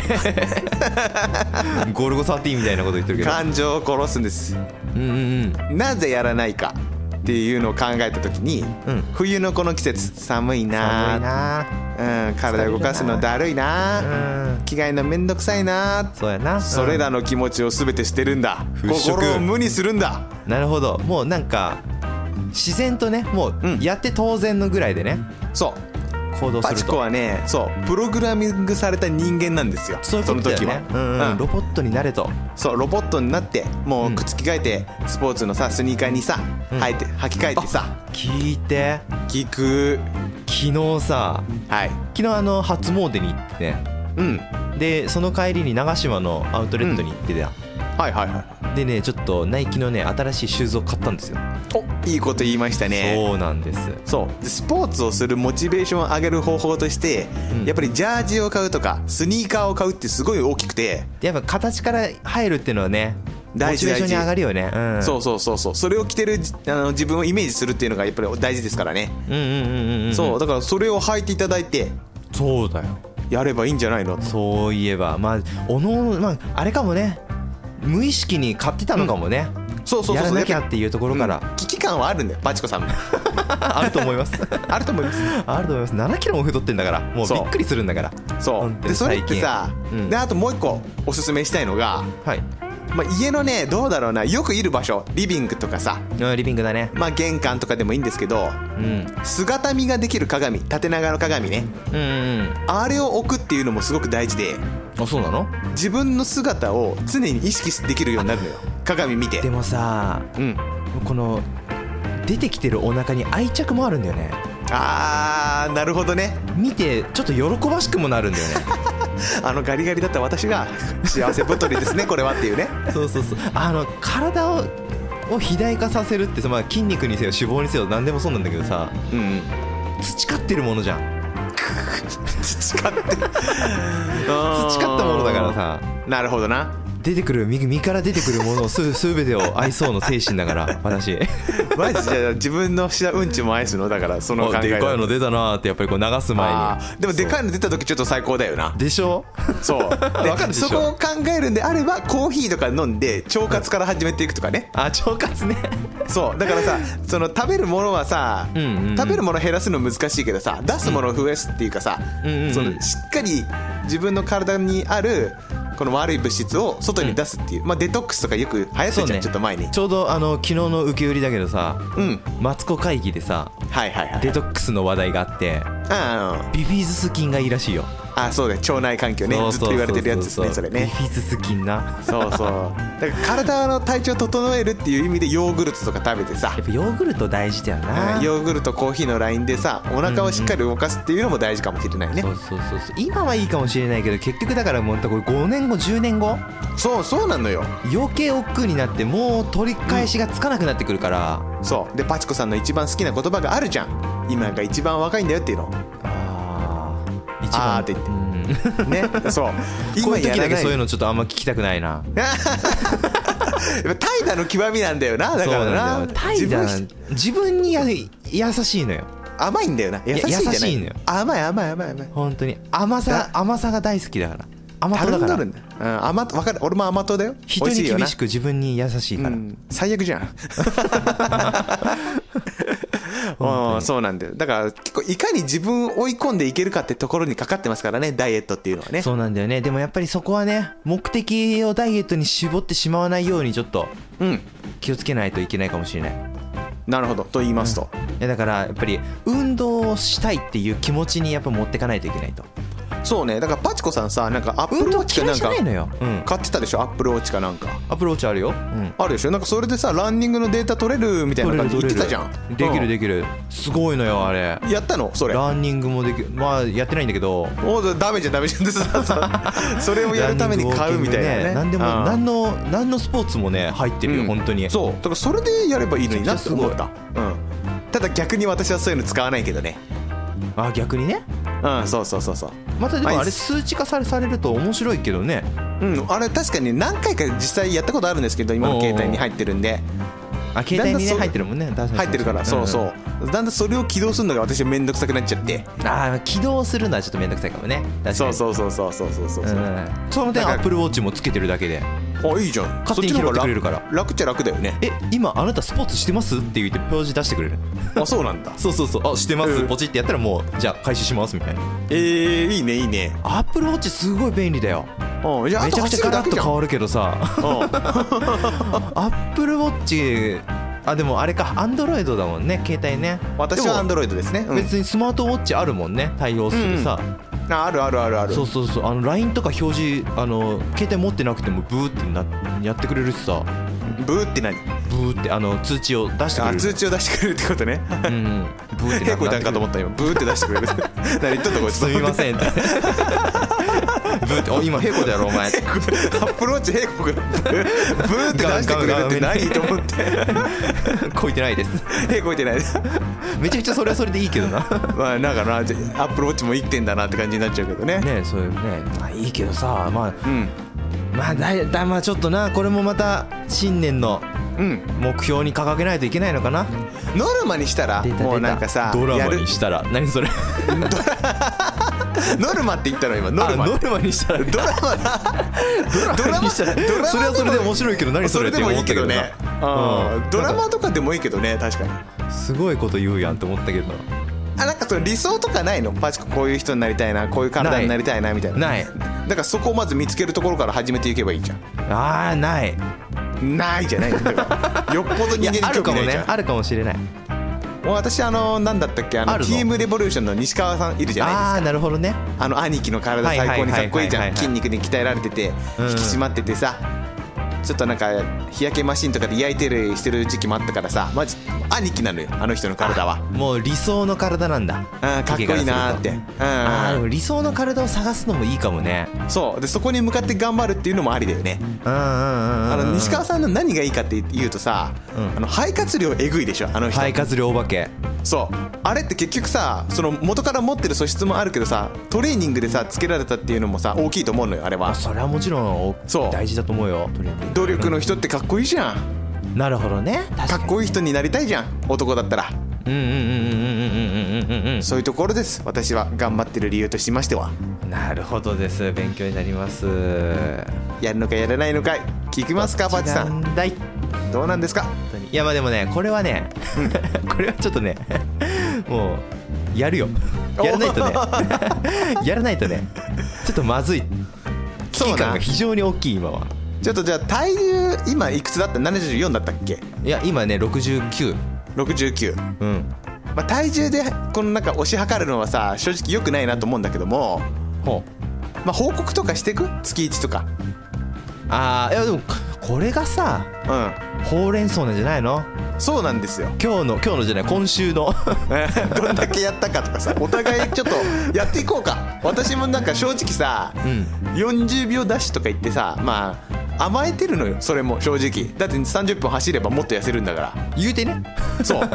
Speaker 2: ゴルゴ13みたいなこと言ってるけど
Speaker 1: 感情を殺すんです
Speaker 2: うんうんうん
Speaker 1: なぜやらないかっていうのを考えた時に、
Speaker 2: うん
Speaker 1: 冬のこの季節寒い
Speaker 2: 寒い
Speaker 1: な
Speaker 2: な
Speaker 1: うん、体動かすのだるいな
Speaker 2: うん
Speaker 1: 着替えのめんどくさいな
Speaker 2: そうやな
Speaker 1: それらの気持ちを全て捨てるんだ
Speaker 2: 払拭
Speaker 1: 心を無にするんだ
Speaker 2: うんなるほどもうなんか自然とねもう
Speaker 1: うん
Speaker 2: やって当然のぐらいでね
Speaker 1: そう
Speaker 2: 行動す
Speaker 1: パ
Speaker 2: る
Speaker 1: チコ
Speaker 2: と
Speaker 1: はねそうプログラミングされた人間なんですよ
Speaker 2: そういうことだよ
Speaker 1: その
Speaker 2: ね
Speaker 1: 時
Speaker 2: う
Speaker 1: は、
Speaker 2: んうん
Speaker 1: うん
Speaker 2: ロボットになれと
Speaker 1: そうロボットになってもう
Speaker 2: うん
Speaker 1: 靴着替えて、スポーツのさスニーカーにさ、
Speaker 2: ん
Speaker 1: 履いて履き替えてさ
Speaker 2: 聞いて
Speaker 1: 聞く
Speaker 2: 昨日さ
Speaker 1: はい
Speaker 2: 昨日あの初詣に行ってね
Speaker 1: うん
Speaker 2: でその帰りに長島のアウトレットに行ってたやん
Speaker 1: はいはいはい
Speaker 2: でねちょっとナイキのね新しいシューズを買ったんですよ、
Speaker 1: おいいこと言いましたね
Speaker 2: そうなんです
Speaker 1: そうでスポーツをするモチベーションを上げる方法として、
Speaker 2: うん
Speaker 1: やっぱりジャージを買うとかスニーカーを買うってすごい大きくて、
Speaker 2: でやっぱ形から入るっていうのはね
Speaker 1: 大事
Speaker 2: モチベーションに上がるよね、うん、
Speaker 1: そうそうそうそうそれを着てるじあの自分をイメージするっていうのがやっぱり大事ですからね、
Speaker 2: うんうんうんうんうん
Speaker 1: そうだからそれを履いていただいて
Speaker 2: そうだよ
Speaker 1: やればいいんじゃないの
Speaker 2: そういえばまあおのおのまああれかもね無意識に買ってたのかもね、
Speaker 1: そうそうそうそう
Speaker 2: やらなきゃ
Speaker 1: やっぱ
Speaker 2: っていうところから、
Speaker 1: うん 危機感はあるんだよバチコさん も
Speaker 2: あると思い ます
Speaker 1: あると思います
Speaker 2: あると思います7キロも太ってんだからもうび
Speaker 1: そう
Speaker 2: っくりするんだから
Speaker 1: そ
Speaker 2: 本当
Speaker 1: う
Speaker 2: に
Speaker 1: でそれってさ、
Speaker 2: 最近うん
Speaker 1: であともう一個おすすめしたいのが、
Speaker 2: はい
Speaker 1: まあ、家のねどうだろうなよくいる場所リビングとかさ、
Speaker 2: うんリビングだね
Speaker 1: まあ、玄関とかでもいいんですけど
Speaker 2: うん
Speaker 1: 姿見ができる鏡縦長の鏡ね
Speaker 2: うんうん
Speaker 1: あれを置くっていうのもすごく大事で
Speaker 2: あそうなの
Speaker 1: 自分の姿を常に意識できるようになるのよ鏡見て
Speaker 2: でもさ
Speaker 1: うん
Speaker 2: この出てきてるお腹に愛着もあるんだよね
Speaker 1: あーなるほどね
Speaker 2: 見てちょっと喜ばしくもなるんだよね
Speaker 1: あのガリガリだった私が幸せ太り ですねこれはっていうね
Speaker 2: そうそうそうあの体をを肥大化させるってさ、まあ、筋肉にせよ脂肪にせよ何でもそうなんだけどさ
Speaker 1: うんうん
Speaker 2: 培ってるものじゃん
Speaker 1: 培って
Speaker 2: 培ったものだからさ
Speaker 1: なるほどな
Speaker 2: 出てくる身身から出てくるものをすすべてを愛そうの精神だから私
Speaker 1: マジじゃあ自分のしたうんちも愛すのだからその考
Speaker 2: あ
Speaker 1: え
Speaker 2: でかい
Speaker 1: だ
Speaker 2: の出たなーってやっぱりこう流す前
Speaker 1: あ
Speaker 2: に
Speaker 1: ーでもでか
Speaker 2: い
Speaker 1: いの出た時ちょっと最高だよな
Speaker 2: でしょ
Speaker 1: そうで
Speaker 2: かるでしょ
Speaker 1: そこを考えるんであればコーヒーとか飲んで腸活から始めていくとかね
Speaker 2: あ腸活ね
Speaker 1: そうだからさその食べるものはさ、
Speaker 2: うんうんうん
Speaker 1: 食べるもの減らすの難しいけどさ出すものを増やすっていうかさ、
Speaker 2: うんうんうん
Speaker 1: そのしっかり自分の体にあるこの悪い物質を外に出すっていう、まあ、デトックスとかよく流行ってたじゃん、ちょっと前に
Speaker 2: ちょうどあの昨日の受け売りだけどさ
Speaker 1: うん
Speaker 2: マツコ会議でさ
Speaker 1: はいはいはい
Speaker 2: デトックスの話題があって
Speaker 1: あ
Speaker 2: ビフィズス菌がいいらしいよ、
Speaker 1: ああそうだよ腸内環境ね
Speaker 2: そう
Speaker 1: ずっ
Speaker 2: そ
Speaker 1: と
Speaker 2: うそう
Speaker 1: 言われてるやつですねそれ
Speaker 2: ビ
Speaker 1: ね
Speaker 2: フィズス菌な
Speaker 1: そうそうだから体の体調を整えるっていう意味でヨーグルトとか食べてさ
Speaker 2: やっぱヨーグルト大事だよな、
Speaker 1: うんヨーグルトコーヒーのラインでさお腹をしっかり動かすっていうのも大事かもしれないね、
Speaker 2: そうそうそうそう今はいいかもしれないけど結局だからもうこれ5年後10年後
Speaker 1: そうそうなのよ
Speaker 2: 余計億劫になってもう取り返しがつかなくなってくるから、
Speaker 1: そうでパチコさんの一番好きな言葉があるじゃん今が一番若いんだよって いうの
Speaker 2: ああ一
Speaker 1: あーって言って
Speaker 2: うん
Speaker 1: ねそう
Speaker 2: こういう時だけ
Speaker 1: い
Speaker 2: そういうのちょっとあんま聞きたくないな
Speaker 1: やっぱ怠惰の極みなんだよなだ
Speaker 2: そう
Speaker 1: からな
Speaker 2: なんだよ怠惰な
Speaker 1: 自分
Speaker 2: 自分にや優しいのよ
Speaker 1: 甘いんだよな優しいんじゃない
Speaker 2: 優しいのよ
Speaker 1: 甘い甘い甘い甘い
Speaker 2: 本当に甘さ甘さが大好きだから甘
Speaker 1: たる
Speaker 2: 党だ
Speaker 1: ん
Speaker 2: か
Speaker 1: ど
Speaker 2: ら
Speaker 1: るんだよ、うん、甘党わかる俺も甘党だよ
Speaker 2: 人
Speaker 1: 美味
Speaker 2: に
Speaker 1: いよな
Speaker 2: 厳しく自分に優しいから、
Speaker 1: うん最悪じ ゃんうんそうなんだよだから結構いかに自分を追い込んでいけるかってところにかかってますからねダイエットっていうのはね
Speaker 2: そうなんだよねでもやっぱりそこはね目的をダイエットに絞ってしまわないようにちょっと
Speaker 1: うん
Speaker 2: 気をつけないといけないかもしれないい
Speaker 1: なるほどと言いますと、
Speaker 2: やだからやっぱり運動をしたいっていう気持ちにやっぱ持ってかないといけないと
Speaker 1: そうねだからパチコさんさなんかアップ
Speaker 2: 運
Speaker 1: ルウォ
Speaker 2: 動
Speaker 1: ッチか
Speaker 2: 嫌
Speaker 1: ないん
Speaker 2: じゃ
Speaker 1: か
Speaker 2: ないのよ、うん、
Speaker 1: 買ってたでしょアップルウォッチかなんか
Speaker 2: アプローチあるよ、うん、
Speaker 1: あるでしょなんかそれでさランニングのデータ取れるみたいな感じ言ってたじゃん
Speaker 2: でき
Speaker 1: で
Speaker 2: るできるすごいのよあれ
Speaker 1: やったのそれ
Speaker 2: ランニングもできるまあやってないんだけど
Speaker 1: おうダメじゃんダメじゃんってささ それをやるために買うみたいなね
Speaker 2: ランニング
Speaker 1: うん
Speaker 2: ウォーキングね何でも何の何のスポーツもね入ってるよ、
Speaker 1: うん
Speaker 2: 本当に
Speaker 1: そうだからそれでやればいいのになって思っ
Speaker 2: めち
Speaker 1: た、うん、ただ逆に私はそういうの使わないけどね
Speaker 2: あ逆にね
Speaker 1: うんそうそうそうそう
Speaker 2: またでも
Speaker 1: はい
Speaker 2: あれ数値化されされると面白いけどね
Speaker 1: うん、あれ確かに何回か実際やったことあるんですけど今の携帯に入ってるんで
Speaker 2: あ携帯
Speaker 1: だんだ
Speaker 2: に
Speaker 1: ん
Speaker 2: ね
Speaker 1: そう
Speaker 2: 入ってるもんね確かに
Speaker 1: 入ってるからそうそうだんだんそれを起動するのが私はめんどくさくなっちゃって
Speaker 2: ああ起動するのはちょっとめんどくさいかもね確かに
Speaker 1: そう
Speaker 2: う
Speaker 1: そうそうそうそうそうそう、
Speaker 2: ん、その点
Speaker 1: だから
Speaker 2: アップルウォッチもつけてるだけで
Speaker 1: あいいじゃん
Speaker 2: 勝手に拾ってくれるから
Speaker 1: そっちの方が楽楽っちゃ楽だよね
Speaker 2: え今あなたスポーツしてますって言って表示出してくれる
Speaker 1: あそうなんだ
Speaker 2: そうそうそうあしてます、
Speaker 1: うん
Speaker 2: ポチってやったらもうじゃあ開始しますみたいな
Speaker 1: えー、いいねいいね
Speaker 2: アップルウォッチすごい便利だよ
Speaker 1: うんじゃあ
Speaker 2: めちゃくちゃガラッと変
Speaker 1: わ
Speaker 2: わるけ どさアップルウォッチあでもあれかアンドロイドだもんね携帯ね
Speaker 1: 私はアン
Speaker 2: ド
Speaker 1: ドロイドですね、うん
Speaker 2: 別にスマートウォッチあるもんね対応するさ、
Speaker 1: ああるあるあるある
Speaker 2: そうそうそうあの LINE とか表示あの携帯持ってなくてもブーってなやってくれるしさ
Speaker 1: ブーって何
Speaker 2: ブーってあの通知を出してくれ
Speaker 1: あ
Speaker 2: る
Speaker 1: 通知を出してくれるってことね
Speaker 2: うんうん、ブーっ
Speaker 1: 結
Speaker 2: て
Speaker 1: 構
Speaker 2: なくな
Speaker 1: な
Speaker 2: っ
Speaker 1: ん
Speaker 2: てく
Speaker 1: かと
Speaker 2: る
Speaker 1: 思った今ブーって出してく れる何言っとったこいつ
Speaker 2: すみませんってブーってお今ヘコだろお前
Speaker 1: アップローチ平行がブーブーって出してくれるって何と思って
Speaker 2: こいてないです
Speaker 1: 平行いてない
Speaker 2: めちゃくちゃそれはそれでいいけど な
Speaker 1: まあなんかなじゃあアップローチも生きてんだなって感じになっちゃうけどね
Speaker 2: ねそういうねまあいいけどさまあ
Speaker 1: うん
Speaker 2: まあだいだまあちょっとなこれもまた新年の
Speaker 1: うん
Speaker 2: 目標に掲げないといけないのかな
Speaker 1: ノルマにしたら
Speaker 2: 出た出た
Speaker 1: もうなんかさ
Speaker 2: ドラ
Speaker 1: や
Speaker 2: マ
Speaker 1: る
Speaker 2: にしたら何それ
Speaker 1: ノルマって言ったの今ノルマ
Speaker 2: あノルマにしたら
Speaker 1: ドラマだドラマ
Speaker 2: にしたらそれはそれで面白いけど何そ
Speaker 1: そ
Speaker 2: れ
Speaker 1: れ
Speaker 2: って
Speaker 1: でも
Speaker 2: 思
Speaker 1: いい
Speaker 2: ったけ
Speaker 1: け
Speaker 2: ど
Speaker 1: ど
Speaker 2: な
Speaker 1: ね
Speaker 2: う
Speaker 1: うんんドラマとかでもいいけどね確かに
Speaker 2: すごいこと言うやんって思ったけど
Speaker 1: あなんかその理想とかないのパチコこういう人になりたいなこういう体になりたいなみたいな
Speaker 2: ない
Speaker 1: だからそこをまず見つけるところから始めていけばいいじゃん
Speaker 2: ああない
Speaker 1: ないじゃないのだから よっぽど
Speaker 2: い
Speaker 1: 人間
Speaker 2: や
Speaker 1: に
Speaker 2: あ
Speaker 1: 興
Speaker 2: るか
Speaker 1: 味
Speaker 2: も
Speaker 1: ないじ
Speaker 2: ね
Speaker 1: ゃん
Speaker 2: あるかもしれない
Speaker 1: もう私あの何だったっけあ
Speaker 2: あ
Speaker 1: の
Speaker 2: るの
Speaker 1: チームレボリューションの西川さんいるじゃないです
Speaker 2: あ
Speaker 1: か
Speaker 2: あーなるほどね
Speaker 1: あの兄貴の体
Speaker 2: はいはい
Speaker 1: 最高にかっこいいじ
Speaker 2: は
Speaker 1: ゃん
Speaker 2: いはいはい
Speaker 1: 筋肉に鍛えられてて
Speaker 2: うん
Speaker 1: 引き締まっててさちょっとなんか日焼けマシンとかで焼いてるしてる時期もあったからさマジ兄貴なのよあの人の体は
Speaker 2: もう理想の体なんだ
Speaker 1: あーかっこいいなーって
Speaker 2: 池
Speaker 1: う
Speaker 2: からする
Speaker 1: ん
Speaker 2: とあーでも理想の体を探すのもいいかもね
Speaker 1: そうでそこに向かって頑張るっていうのもありだよね
Speaker 2: うんうんうん
Speaker 1: あ
Speaker 2: うん
Speaker 1: の西川さんの何がいいかって言うとさ、
Speaker 2: うん
Speaker 1: あの肺活量えぐいでしょあの人、
Speaker 2: 肺活量お化け
Speaker 1: そうあれって結局さその元から持ってる素質もあるけどさトレーニングでさつけられたっていうのもさ大きいと思うのよあれは
Speaker 2: それはもちろんお
Speaker 1: そう
Speaker 2: 大事だと思うよとりあえず
Speaker 1: 努力の人ってかっこいいじゃん
Speaker 2: なるほどね確
Speaker 1: か
Speaker 2: か
Speaker 1: っこいい人になりたいじゃん男だったら
Speaker 2: にうんうんうんうんうんうんうんうん
Speaker 1: そういうところです私は頑張ってる理由としましては
Speaker 2: うんなるほどです勉強になります
Speaker 1: やるのかやらないのか聞きますかパチさん
Speaker 2: 時間だい
Speaker 1: どうなんですか
Speaker 2: 本当にいやまあでもねこれはね これはちょっとね もうやるよやらないとね やらないとねちょっとまずい危
Speaker 1: そう
Speaker 2: 機
Speaker 1: な
Speaker 2: 感が非常に大きい今は
Speaker 1: ちょっとじゃあ体重今いくつだった74だったっけ
Speaker 2: いや今ね69
Speaker 1: 69
Speaker 2: うん
Speaker 1: まあ、体重でこのなんか押し量るのはさ正直良くないなと思うんだけども、
Speaker 2: ほう
Speaker 1: まあ、報告とかしてく月1とか
Speaker 2: あーいやでもこれがさ
Speaker 1: う
Speaker 2: ほうれん草なんじゃないの
Speaker 1: んそうなんですよ
Speaker 2: 今日の今日のじゃない今週の
Speaker 1: どんだけやったかとかさお互いちょっとやっていこうか私もなんか正直さ、
Speaker 2: うん
Speaker 1: 40秒ダッシュとか言ってさまあ甘えてるのよそれも正直だって30分走ればもっと痩せるんだか
Speaker 2: 言うてね
Speaker 1: らそう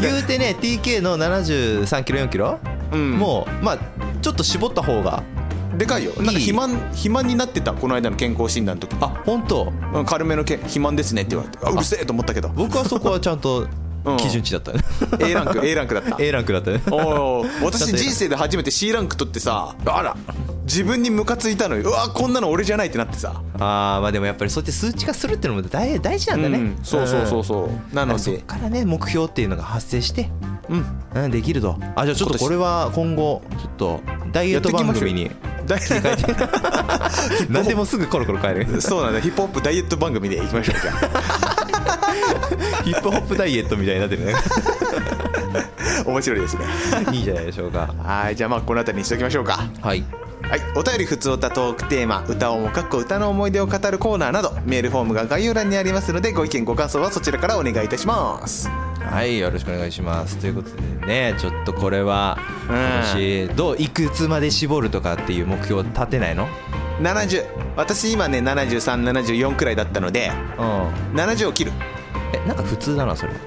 Speaker 2: 言うてね TK の73キロ4キロ、
Speaker 1: うん
Speaker 2: もうまあちょっと絞った方が
Speaker 1: でかいよなんか肥満肥満になってたこの間の健康診断の時
Speaker 2: あ本当
Speaker 1: うん軽めのけ肥満ですねって言われてあうるせえと思ったけ ど
Speaker 2: 僕はそこはちゃんと
Speaker 1: うん
Speaker 2: 基準値だった、
Speaker 1: A ランク A ランクだった
Speaker 2: A ランクだったね
Speaker 1: おいおい
Speaker 2: ちゃ
Speaker 1: 私
Speaker 2: んと
Speaker 1: 人生で初めて C ランク取ってさあら自分にムカついたのようわこんなの俺じゃないってなってさ、
Speaker 2: あーまあでもやっぱりそうやって数値化するっていうのも大大事なんだね、
Speaker 1: うんそうそうそうそう、な
Speaker 2: な
Speaker 1: の
Speaker 2: のでそこ
Speaker 1: で
Speaker 2: からね目標っていうのが発生して、
Speaker 1: うん
Speaker 2: うん、できるとあじゃあちょっとこれは今後ちょっとダイエット番組に
Speaker 1: ダイエッ
Speaker 2: 何でもすぐコロコロ変え る
Speaker 1: トそうなんだヒップホップダイエット番組でいきましょうじゃ
Speaker 2: ヒップホップダイエットみたいにな ってるね
Speaker 1: あ面白いですね
Speaker 2: いいじゃないでしょうか
Speaker 1: はいじゃあまあこの辺りにしておきましょうか
Speaker 2: はい
Speaker 1: はい、お便りふつおたトークテーマ歌おもかっこ歌の思い出を語るコーナーなどメールフォームが概要欄にありますのでご意見ご感想はそちらからお願いいたします
Speaker 2: はいよろしくお願いしますということでねちょっとこれは
Speaker 1: うん
Speaker 2: 今年どういくつまで絞るとかっていう目標立てないの
Speaker 1: 70私今ね7374くらいだったので
Speaker 2: うん
Speaker 1: 70を切る
Speaker 2: えなんか普通だな それだ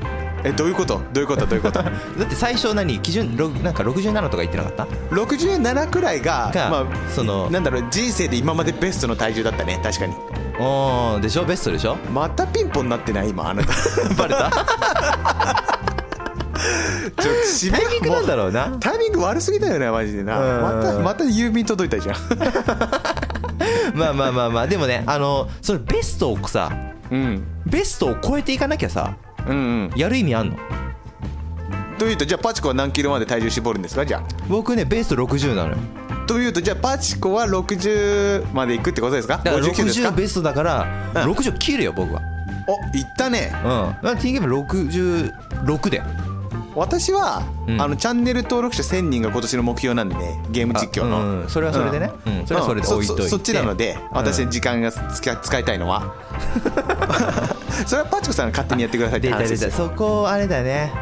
Speaker 1: えどういうことどういうことどういうこと
Speaker 2: って最初何基準ろなんか67とか言ってなかった
Speaker 1: 67くらいが
Speaker 2: が
Speaker 1: まあ、
Speaker 2: その
Speaker 1: なんだろう人生で今までベストの体重だったね確かに
Speaker 2: お ーでしょベストでしょ
Speaker 1: またピンポンになってない今あなた
Speaker 2: バレた
Speaker 1: ちょ渋
Speaker 2: タ
Speaker 1: 谷
Speaker 2: イミングなんだろうな
Speaker 1: タイミング悪すぎだよねマジでな
Speaker 2: うん
Speaker 1: またまた郵便届いたじゃん
Speaker 2: まあまあまあまあでもねあのそれベストをさ
Speaker 1: うん
Speaker 2: ベストを超えていかなきゃさ
Speaker 1: うんうん
Speaker 2: やる意味あんの
Speaker 1: というとじゃあパチコは何キロまで体重絞るんですかじゃあ
Speaker 2: 僕ねベスト60なのよ
Speaker 1: というとじゃあパチコは60までいくってことですか
Speaker 2: だから
Speaker 1: 59ですか
Speaker 2: 60ベストだから
Speaker 1: うん
Speaker 2: 60切るよ僕は
Speaker 1: おいったね
Speaker 2: うんだから TKM 66だよ
Speaker 1: 私は、
Speaker 2: うん
Speaker 1: あのチャンネル登録者1000人が今年の目標なんでねゲーム実況の、
Speaker 2: あうんそれはそれでねうんそれはそれで置いといて
Speaker 1: そそっちなので、
Speaker 2: うん
Speaker 1: 私時間が使使いたいの はそれはパチコさんが勝手にやってくださいって
Speaker 2: 出た
Speaker 1: 話で
Speaker 2: 出
Speaker 1: す
Speaker 2: た
Speaker 1: よ
Speaker 2: そこあれだね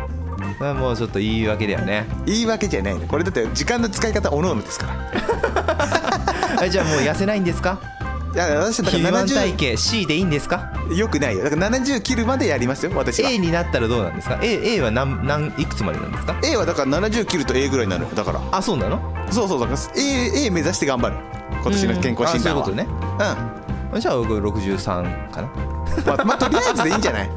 Speaker 2: まあもうちょっと言い訳だよね
Speaker 1: 言い訳じゃないのこれだって時間の使い方おのおのですから
Speaker 2: あじゃあもう痩せないんですか
Speaker 1: いや私だか
Speaker 2: 肥
Speaker 1: ら
Speaker 2: 満体
Speaker 1: 70
Speaker 2: 型 C でいいんですか
Speaker 1: よくないよだから70切るまでやりますよ私は
Speaker 2: A になったらどうなんですか A, A は何何いくつまでなんですか
Speaker 1: A はだから70切ると A ぐらいになるよだから
Speaker 2: あそうなの
Speaker 1: そうそうだから A, A 目指して頑張る今年の健康診断は
Speaker 2: うんあそういうこ
Speaker 1: ね
Speaker 2: と
Speaker 1: うん
Speaker 2: じゃあ僕63かな
Speaker 1: まあ、まあとりあえずでいいんじゃない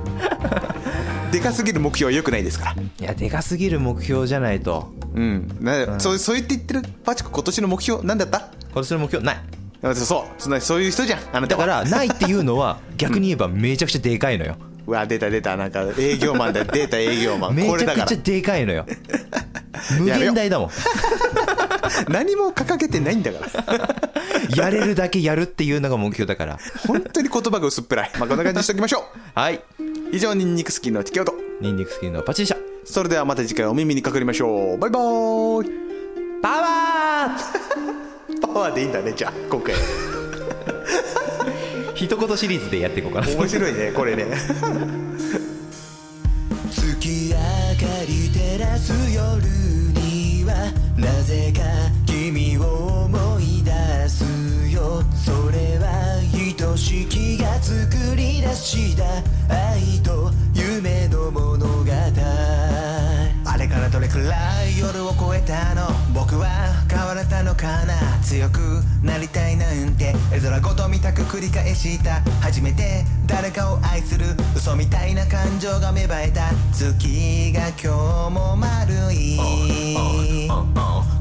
Speaker 1: でかすぎる目標は良くないですから
Speaker 2: いやでかすぎる目標じゃないと
Speaker 1: うんな、そうそう言って言ってるパチコ今年の目標なんだった
Speaker 2: 今年の目標ない
Speaker 1: あそうそうそんなそういう人じゃんあなた
Speaker 2: だ
Speaker 1: は
Speaker 2: からないっていうのは逆に言えばめちゃくちゃでかいのよ
Speaker 1: うわ出た出たなんか営業マン だ出た営業マン
Speaker 2: め
Speaker 1: こ
Speaker 2: ち
Speaker 1: れだ
Speaker 2: ゃく
Speaker 1: か
Speaker 2: ちゃ
Speaker 1: ら
Speaker 2: でかい のよ無限大だもん
Speaker 1: 何も掲げてないんだから
Speaker 2: やれるだけやるっていうのが目標だから
Speaker 1: 本当に言葉が薄っぺらいまあこんな感じにしておきましょ
Speaker 2: はいう
Speaker 1: 以上ニンニクスキーのティケオと
Speaker 2: ニンニクスキルのパチでした
Speaker 1: それではまた次回お耳にかかりましょうバイバーイ
Speaker 2: パワ
Speaker 1: パワーでいいんだねじゃあ今回
Speaker 2: ー一言シリーズでやっていこうかな
Speaker 1: 面白いねこれね
Speaker 3: 月明かり照らす夜にはなぜか君を思い出すよそれは愛しきが作り出した愛と夢の物語あれからどれくらい夜を越えたの僕は変われたのかな強くなりたいなんて絵空ごとみたく繰り返した初めて誰かを愛する嘘みたいな感情が芽生えた月が今日も丸い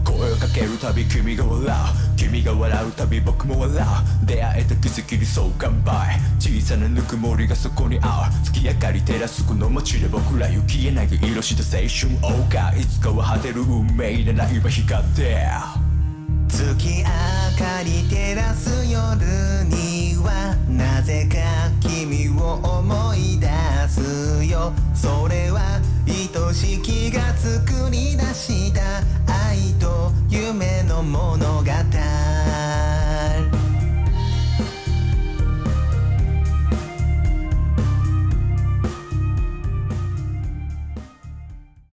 Speaker 3: 声をかけるたび君が笑う君が笑うたび僕も笑う出会えた奇跡にそう乾杯小さなぬくもりがそこにある月明かり照らすこの街で僕らよ消えない色した青春謳歌いつかは果てる運命なら今光って月明かり照らす夜にはなぜか君を思い出すよそれは愛しきが作り出した愛と夢の物語